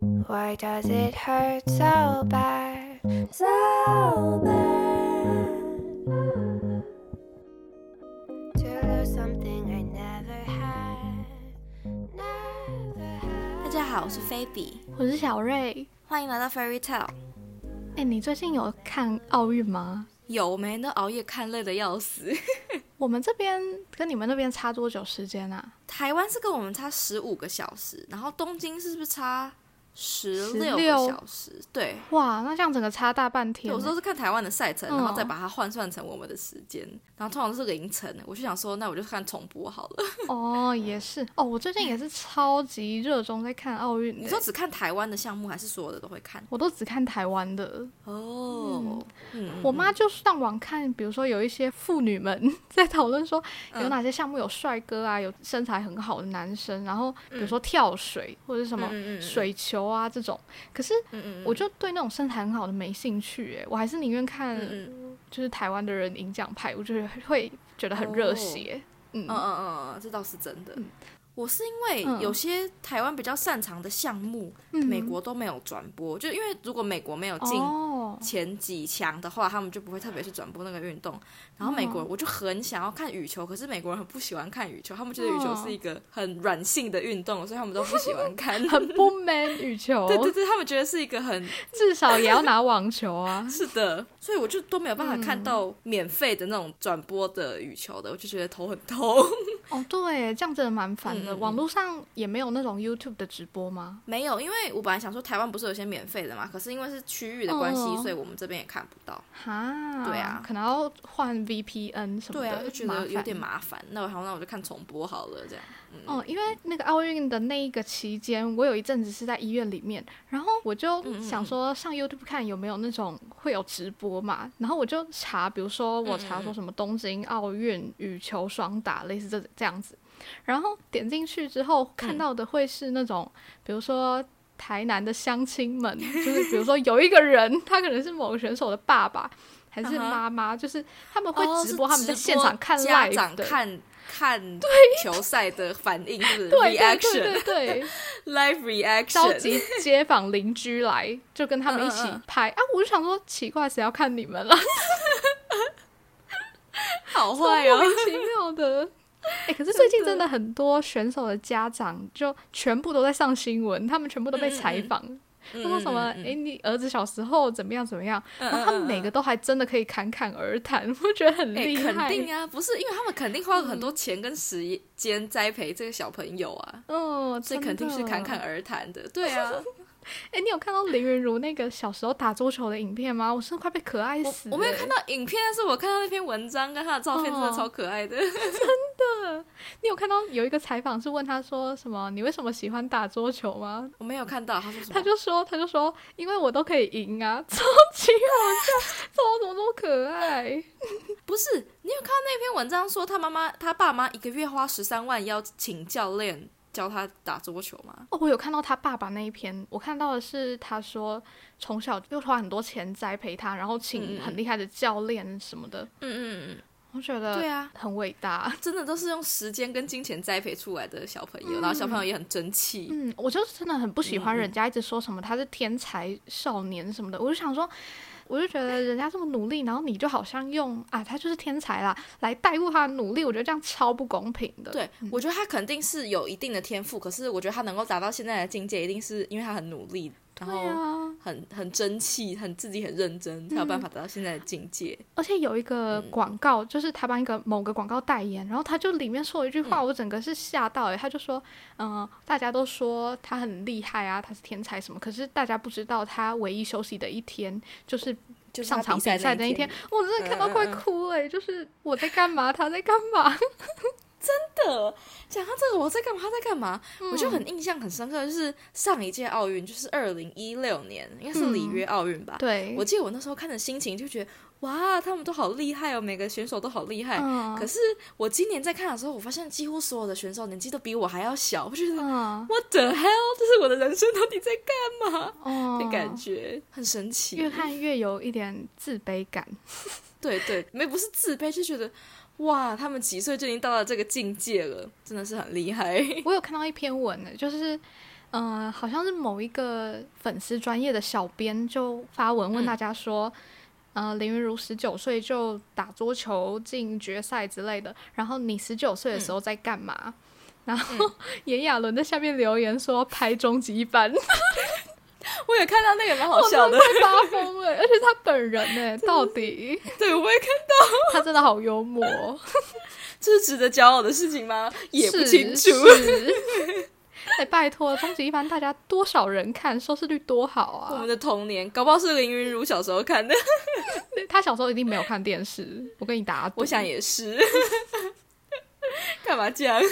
Why does it hurt so bad? So bad. To lose something I never had. Never had. 大家好，我是菲比，我是小瑞。欢迎来到 Fairy Tale。哎、你最近有看奥运吗？有，每天都熬夜看，累得要死。我们这边跟你们那边差多久时间啊？台湾是跟我们差十五个小时，然后东京是不是差十六16个小时？对，哇，那这样整个差大半天有呢。时候是看台湾的赛程，然后嗯再把它换算成我们的时间，然后通常是凌晨。我就想说，那我就看重播好了。哦，也是哦。我最近也是超级热衷在看奥运的。你说只看台湾的项目，还是所有的都会看？我都只看台湾的，哦，嗯我妈就上网看，比如说有一些妇女们 在讨论说嗯有哪些项目有帅哥啊，有身材很好的男生，然后比如说跳水或者是什么嗯嗯嗯嗯嗯水球啊这种。可是嗯嗯我就对那种身材很好的没兴趣、欸，我还是宁愿看嗯就是台湾的人赢奖牌，我就是会觉得很热血。嗯哦嗯嗯嗯嗯，这倒是真的。我是因为嗯有些台湾比较擅长的项目，嗯美国都没有转播，就因为如果美国没有进哦，前几强的话，他们就不会特别去转播那个运动。然后美哦国人我就很想要看羽球，可是美国人很不喜欢看羽球，他们觉得羽哦球是一个很软性的运动，所以他们都不喜 欢看。很不 man 羽球， 对对对，他们觉得是一个很。至少也要拿网球啊是的，所以我就都没有办法看嗯到免费的那种转播的羽球的，我就觉得头很痛。 哦，对，这样真的蛮烦的。嗯嗯嗯网络上也没有那种 YouTube 的直播吗？没有，因为我本来想说台湾不是有些免费的嘛，可是因为是区域的关系，哦所以我们这边也看不到。哈，对啊可能要换 VPN 什么对的，啊，就觉麻得烦有点。麻烦。那我好，那我就看重播好了，这样。哦，因为那个奥运的那一个期间，我有一阵子是在医院里面，然后我嗯就想说上 YouTube 看有没有那种会有直播嘛，然后我就查，比如说我嗯查说什么东京奥运羽球双打，类似这这样子，然后点进去之嗯后看到的会是那种，比如说。台南的乡亲们，就是比如说有一个人，他可能是某个选手的爸爸还是嗯哼妈妈，就是他们会哦直是播，他们在直现播场看家 live 长的， 看看球赛的反应，是不是对对 reaction 对对对， live 召 reaction？集街坊邻居来，就跟他们一起嗯嗯嗯拍啊！我就想说，奇怪，谁要看你们了？ 好坏 莫哦名，其妙的。哎、可是最近真的很多选手的家长就全部都在上新闻，他们全部都被采访，嗯说什么哎、嗯嗯诶你儿子小时候怎么样怎么样，嗯嗯然后他们每个都还真的可以侃侃而谈，我觉得很哎厉害。肯定啊，不是因为他们肯定花了很多钱跟时间栽培这个小朋友啊，嗯，所以肯定是真的侃侃。而谈的。对 啊，哎、你有看到林云如那个小时候打桌球的影片吗？我真的快被可爱我死了、嗯我没有看到影片，但是我看到那篇文章跟他的照片，真的超可爱的。 你有看到有一个采访是问他说什么？你为什么喜欢打桌球吗？我没有看到他说什么，他就说，他就说，因为我都可以赢啊， 超级好笑，超怎么这么可爱？不是你有看到那篇文章说他妈妈他爸妈一个月花十三万要请教练教他打桌球吗？哦，我有看到他爸爸那一篇，我看到的是他说从小就花很多钱栽培他，然后请嗯很厉害的教练什么的，嗯嗯我觉嗯，对得啊，很伟大。真的都是用时间跟金钱栽培出来的小朋友，然后小朋友也很争气。嗯，我就真的很不喜欢嗯嗯人家一直说什么他是天才少年什么的，我就想说，我就觉得人家这么努力，然后你就好像用啊，他就是天才啦，来代入他的努力，我觉得这样超不公平的。，对，我觉得他肯定是有一定的天赋，可是我觉得他能够达到现在的境界，一定是因为他很努力，然对后啊，很很争气，很自己很认真，才有办法达到现在的境界。而且有一个嗯广告，就是他帮一个某个广告代言，然后他就里面说了一句嗯话，我整个是吓到诶、他就说，嗯、大家都说他很厉害啊，他是天才什么，可是大家不知道他唯一休息的一天就是就是上他场比赛赛那一一天，我真的嗯看到快哭哎、就是我在干嘛，他在干嘛？的，讲到这个，我在干嘛？他在干嘛？嗯我就很印象很深刻，就是上一届奥运，就是二零一六年，应该是里约奥运吧。嗯对，我记得我那时候看的心情就觉得，哇，他们都好厉害哦，每个选手都好厉害。嗯可是我今年在看的时候，我发现几乎所有的选手年纪都比我还要小，我就觉得、 嗯 What the hell？这是我的人生到底在干嘛？哦的感觉很神奇。越看越有一点自卑感。对对，没不是自卑，就觉得哇，他们 几岁就已经到了这个境界了，真的是很厉害。我有看到一篇文呢，就是嗯、好像是某一个粉丝专业的小编就发文嗯问大家说，呃，林云如十九岁就打桌球进决赛之类的，然后你十九岁的嗯时候在干嘛？然后 炎亚纶在下面留言说拍终极版，我也看到那个蛮好我真笑的的快，发疯了，而且他本人呢、 到底 对我也看，他真的好幽默哦，这是值得骄傲的事情吗？也不是清楚。是 哎、拜托，终极一班大家多少人看，收视率多好我啊们！的童年，搞不好是林云如小时候看的， 他小时候一定没有看电视，我跟你打赌。我想也是。 干嘛这样？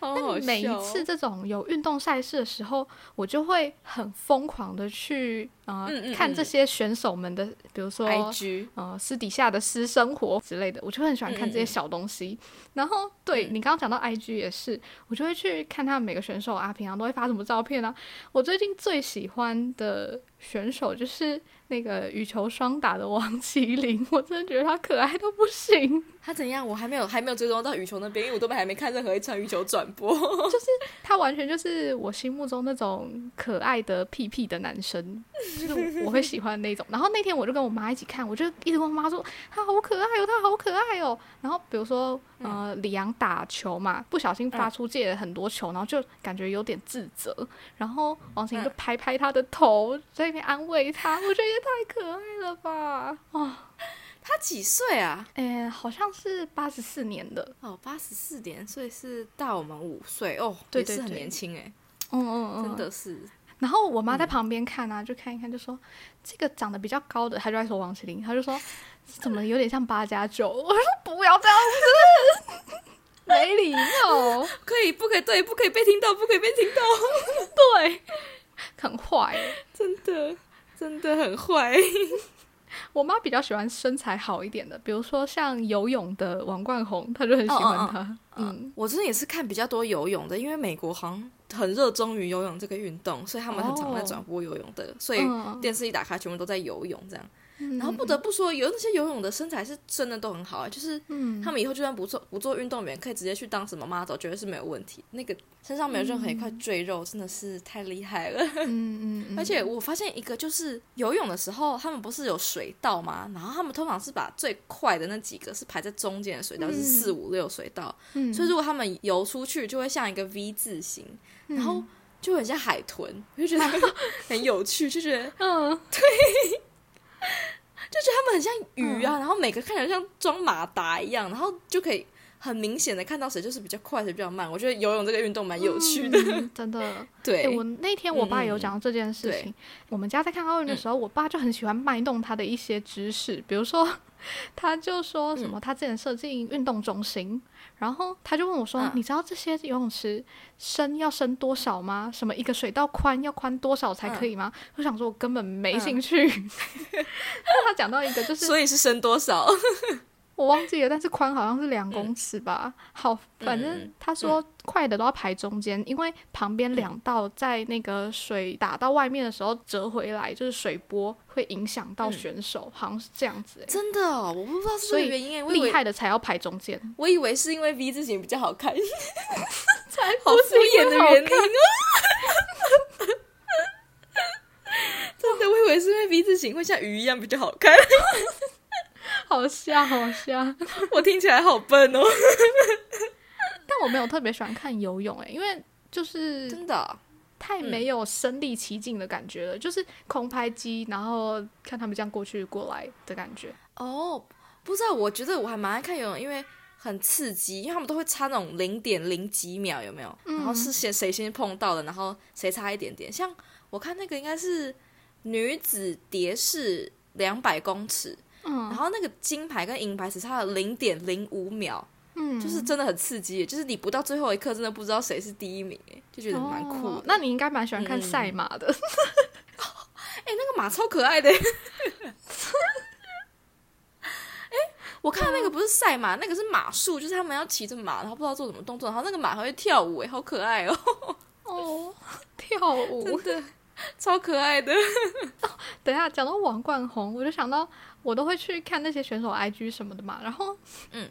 好好笑、哦。但每一次这种有运动赛事的时候，我就会很疯狂的去啊、呃嗯嗯看这些选手们的，比如说 IG，呃私底下的私生活之类的，我就很喜欢看嗯这嗯些嗯小东西。然后对、嗯你刚刚讲到 IG 也是，我就会去看他们每个选手啊，平常都会发什么照片啊。我最近最喜欢的选手就是那个羽球双打的王麒麟，我真的觉得他可爱到不行。他怎样？我还没有还没有追踪到羽球那边，因为我都还没看任何一场羽球转 播。他完全就是我心目中那种可爱的屁屁的男 生，就是我我会喜欢那种。然后那天我就跟我妈一起看，我就一直跟我妈说他好可爱哦，他好可爱哦。然后比如说呃，李阳打球嘛，不小心发出界了很多球，然后就感觉有点自责。然后王晴就嗯拍拍他的头，在那边安慰他，我觉得也太可爱了吧！哦，他几岁啊？ 哎，好像是八十四年的，哦，八十四点，所以是大我们五岁哦，对也是对很对年轻哎，嗯嗯嗯，真的是。 然后我妈嗯在旁边看啊，就看一看，就说这个长得比较高的，她就在说王麒麟，她 就说这怎么有点像八加九？ 我说不要这样子， 没礼 貌，可以，不可以？对，不可以被听到，不可以被听到， 对，很坏。真的，真的很坏。我妈比较喜欢身材好一点的，比如说像游泳的王冠宏，她就很喜哦欢他。嗯，我之前也是看比较多游泳的，因为美国好像很热衷于游泳这个运动，所以他们很常在哦转播游泳的，所以嗯电视一打开，全部都在游泳这样。嗯然后不得不说，有那些游泳的身材是真的都很好、欸，就是嗯他们以后就算不做不做运动员，可以直接去当什么 model，绝对是没有问题。那个身上没有任何一块赘肉，真的是太厉害了。嗯嗯嗯嗯，而且我发现一个，就是游泳的时候，他们不是有水道吗？然后他们通常是把最快的那几个是排在中间的水道，就是四五六水道。嗯所以如果他们游出去，就会像一个 V 字形，嗯然后就很像海豚，我就 觉得很有趣，就觉得嗯他们很像鱼啊，然后每个看起来像装马达一样，然后就可以很明显的看到谁就是比较快，谁比较慢。我觉得游泳这个运动蛮有趣的，嗯真的。对欸，我那天我爸有讲到这件事情。嗯我们家在看奥运的时候，我爸就很喜欢卖弄他的一些知识，比如说，他就说嗯什么他之前设计运动中心，然后他就问我说：“嗯你知道这些游泳池深要深多少吗？什么一个水道宽要宽多少才可嗯以吗？”我想说，我根本没 兴趣。 那他讲到一个就是所以是升多少？我忘记了，但是宽好像是两公尺吧。好，反嗯嗯正嗯他说快的都要排中间，因为旁边两道在那个水打到外面的时候折回来，就是水波会影响到选手，好像是这样子、欸。真的哦，我不知道是不所是以原因欸，我以厉为害的才要排中间，我以为是因为 V 字形比较好 看，才好敷衍的原因哦。 真的，我以为是因为 V 字形会像鱼一样比较好看，好笑，好笑。 我听起来好笨哦。但我没有特别喜欢看游泳、欸，因为就是真的哦、太没有身临其境的感觉了，就是空拍机，然后看他们这样过去过来的感觉。哦，不知道，我觉得我还蛮爱看游泳，因为很刺激，因为他们都会差那种零点零几秒，有没有？嗯然后是先谁先碰到的，然后谁差一点点。像我看那个应该是女子蝶式两百公尺，然嗯后那个金牌跟银牌只差了零点零五秒，嗯，就是真的很刺激，就是你不到最后一刻，真的不知道谁是第一名，哎就觉得蛮酷的。哦那你应该蛮喜欢看嗯赛马的，那个马超可爱的。哎、 哎我看那个不是赛马，那个是马术，就是他们要骑着马，然后不知道做什么动作，然后那个马还会跳舞，哎，好可爱哦， 哦，跳舞。真的 超可爱的。等一下讲到王冠宏，我就想到我都会去看那些选手 IG 什么 的嘛。然后，嗯，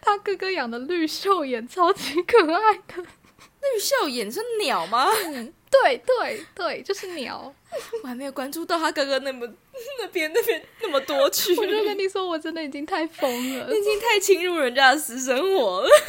他哥哥养的绿袖眼超级可爱的， 绿袖眼是鸟吗？对对对，就是鸟。我还没有关注到他刚刚那么 那边那边那么多区， 我就跟你说，我真的已经太疯了你，已经太侵入人家的私生活了。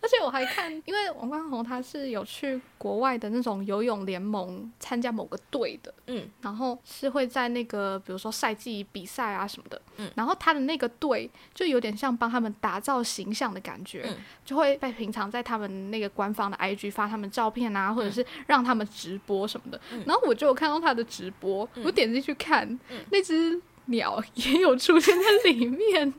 而且我还看，因为王冠宏他是有去国外的那种游泳联盟参加某个队的，嗯，然后是会在那个比如说赛季比赛啊什么的，嗯然后他的那个队就有点像帮他们打造形象的感觉，嗯就会在平常在他们那个官方的 IG 发他们照片啊，或者是让他们直播什么的。嗯然后我就有看到他的直播，嗯我点进去看，嗯那只鸟也有出现在里面，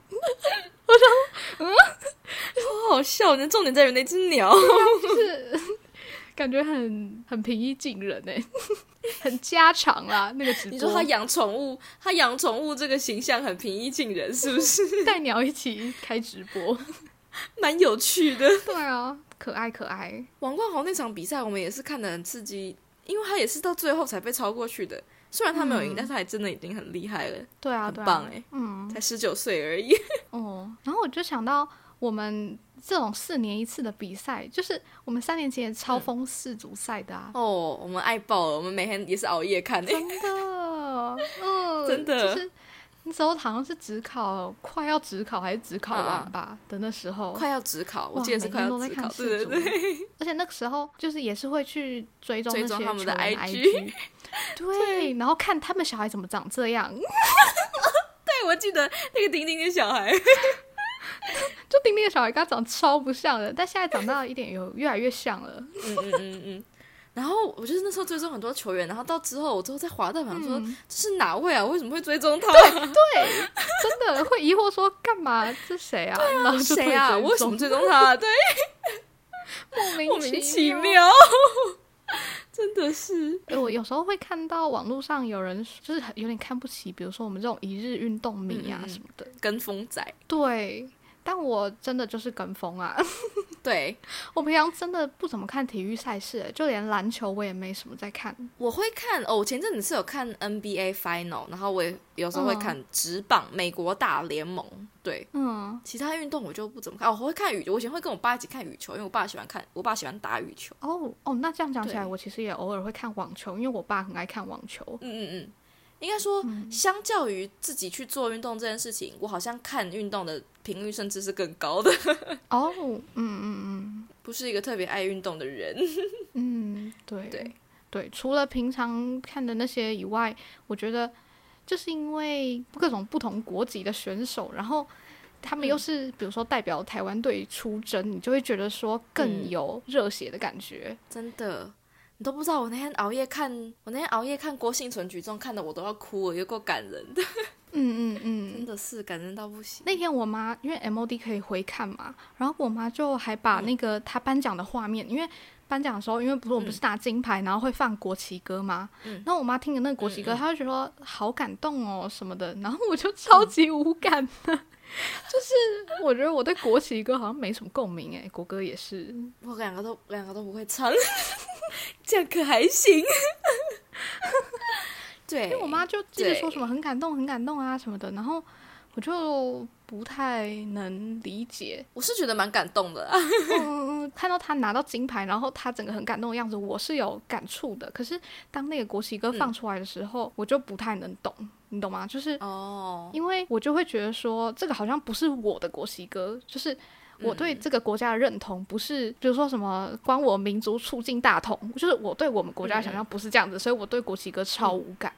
好好笑，你的重点在于那只鸟。就是感觉很很平易近人哎、 很家常啦。那个直播，你说他养宠物，他养宠物这个形象很平易近人，是不 是？带鸟一起开直播，蛮有趣的。 对啊，可爱可爱。王冠豪那场比赛，我们也是看得很刺激，因为他也是到最后才被超过去的。虽然他没有赢，嗯但是他还真的已经很厉害了，对啊，很对啊，棒哎、嗯，才十九岁而 已。哦，然后我就想到我们这种四年一次的比赛，就是我们三年前也超疯世足赛的啊，哦，我们爱爆了，我们每天也是熬夜看、欸。真的，嗯，真的就是那时候好像是只考，快要只考还是只考完啊吧、的那时候，快要职考，我哇记得是每快天要都在职看考，对对世足对，而且那个时候就是也是会去追踪追那些踪他们的球员 IG 对，然后看他们小孩怎么长这 样，对我记得那个丁丁的小孩， 就丁丁的小孩跟他长超不像的，但现在长大了一点，有越来越像了。嗯嗯嗯嗯。然后我就是那时候追踪很多球员，然后到之后我之后再滑到，好像说、嗯这是哪位啊？我为什么会追踪他？ 真的会疑惑说干嘛？这谁啊？然后就谁啊？退追我为什么踪追踪他？对，莫莫名名其妙？妙， 真的是。哎我有时候会看到网络上有人就是很有点看不起，比如说我们这种一日运动迷啊嗯嗯嗯什么的。跟风仔，对，但我真的就是跟风啊。对我平常真的不怎么看体育赛事、欸就连篮球我也没什么在看。我会看哦。我前阵子是有看 NBA Final，然后我也有时候会看直棒、美国大联盟。对，嗯，其他运动我就不怎么看。哦，我会看羽球，我以前会跟我爸一起看羽球，因为我爸喜欢看，我爸喜欢打羽球。哦哦，那这样讲起来，对我其实也偶尔会看网球，因为我爸很爱看网球。 嗯嗯嗯，应该说，相较于自己去做运动这件事情，我好像看运动的频率甚至是更高的。 哦，嗯嗯不是一个特别爱运动的人。嗯嗯，对对对，除了平常看的那些以外，我觉得就是因为各种不同国籍的选手，然后。他们又是比如说代表台湾队出征，你就会觉得说更嗯有热血的感觉。真的，你都不知道我那天熬夜看，我那天熬夜看郭幸存举重，看的我都要哭了，有够感人的，嗯嗯嗯真的是感人到不行。那天我妈因为 MOD 可以回看嘛，然后我妈就还嗯把那个她颁奖的画面，因为颁奖的时候，因为不是我们不是拿金牌，然后会放国旗歌吗？嗯然后我妈听着那个国旗歌，嗯嗯嗯她就觉得说好感动哦什么的，然后我就超级无感的， 就是我觉得我对国旗歌好像没什么共鸣诶，欸国歌也是，我两个都两个都不会唱， 这样可还行。 对，因为我妈就一直说对什么很感动很感动啊什么的，然后我就不太能理解，我是觉得蛮感动的啊。嗯，嗯，看到他拿到金牌，然后他整个很感动的样子，我是有感触的。可是当那个国旗嗯歌放出来的时候，我就不太能懂，你懂吗？就是哦，因为我就会觉得说，这个好像不是我的国旗歌，就是。我对嗯这个国家的认同不是，比如说什么关我民族促进大同，就是我对我们国家的想象不是这样子，所以我对国旗歌超无感。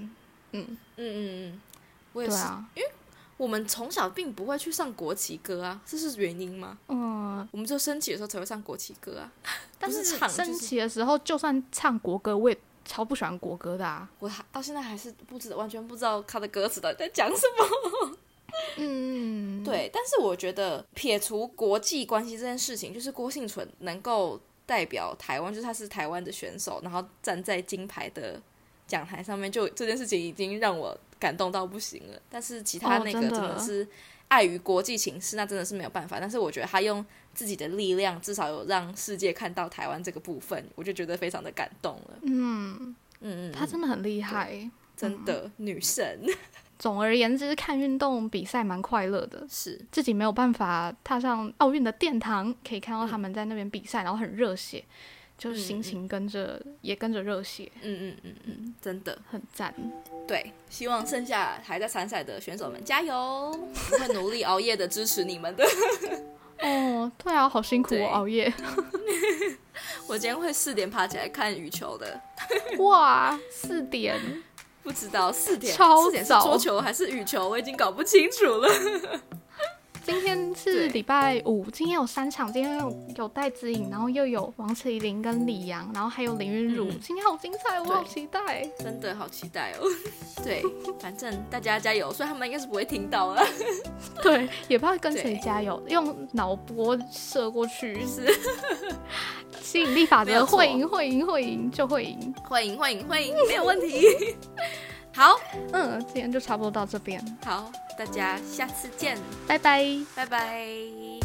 嗯嗯嗯，我也对是。啊，我们从小并不会去上国旗歌啊，这是原因吗？嗯，我们只有升旗的时候才会上国旗歌啊。但不是是唱就是升旗的时候，就算唱国歌，我也超不喜欢国歌的啊。我还到现在还是不知道，完全不知道他的歌词到底在讲什么。嗯，对，但是我觉得撇除国际关系这件事情，就是郭幸存能够代表台湾，就是他是台湾的选手，然后站在金牌的讲台上面，就这件事情已经让我感动到不行了。但是其他哦那个真真的的是碍于国际形势，那真的是没有办法。但是我觉得他用自己的力量，至少有让世界看到台湾这个部分，我就觉得非常的感动了。嗯，嗯嗯，她嗯真的很厉害，真的女神，总而言之，看运动比赛蛮快乐的。是，自己没有办法踏上奥运的殿堂，可以看到他们在那边比赛，然后很热血，就是心情跟着、也跟着热血，嗯嗯嗯嗯，真的，很赞。对，希望剩下还在参赛的选手们加油，我们会努力熬夜的支持你 们的。哦，对啊，好辛嗯苦对哦，熬夜。我今天会四点爬起来看羽球的，哇，四点，不知道四 点超四点是早桌球还是羽球，我已经搞不清楚了。今天是对礼拜五，今天有三场，今天有有戴资颖，然后又有王麒麟跟李阳，然后还有林韵如，嗯今天好精彩，我对好期待。 真的好期待哦！ 对，反正大家加油，虽然他们应该是不会听到啊， 对，也不知道跟对谁加油，用脑波射过 去，是吸引力法没有则错会赢，会赢，会赢就会赢。 欢迎欢迎欢 迎，没有问题。 好嗯，今天就差不多到这边，好，大家下次见，拜拜。拜拜。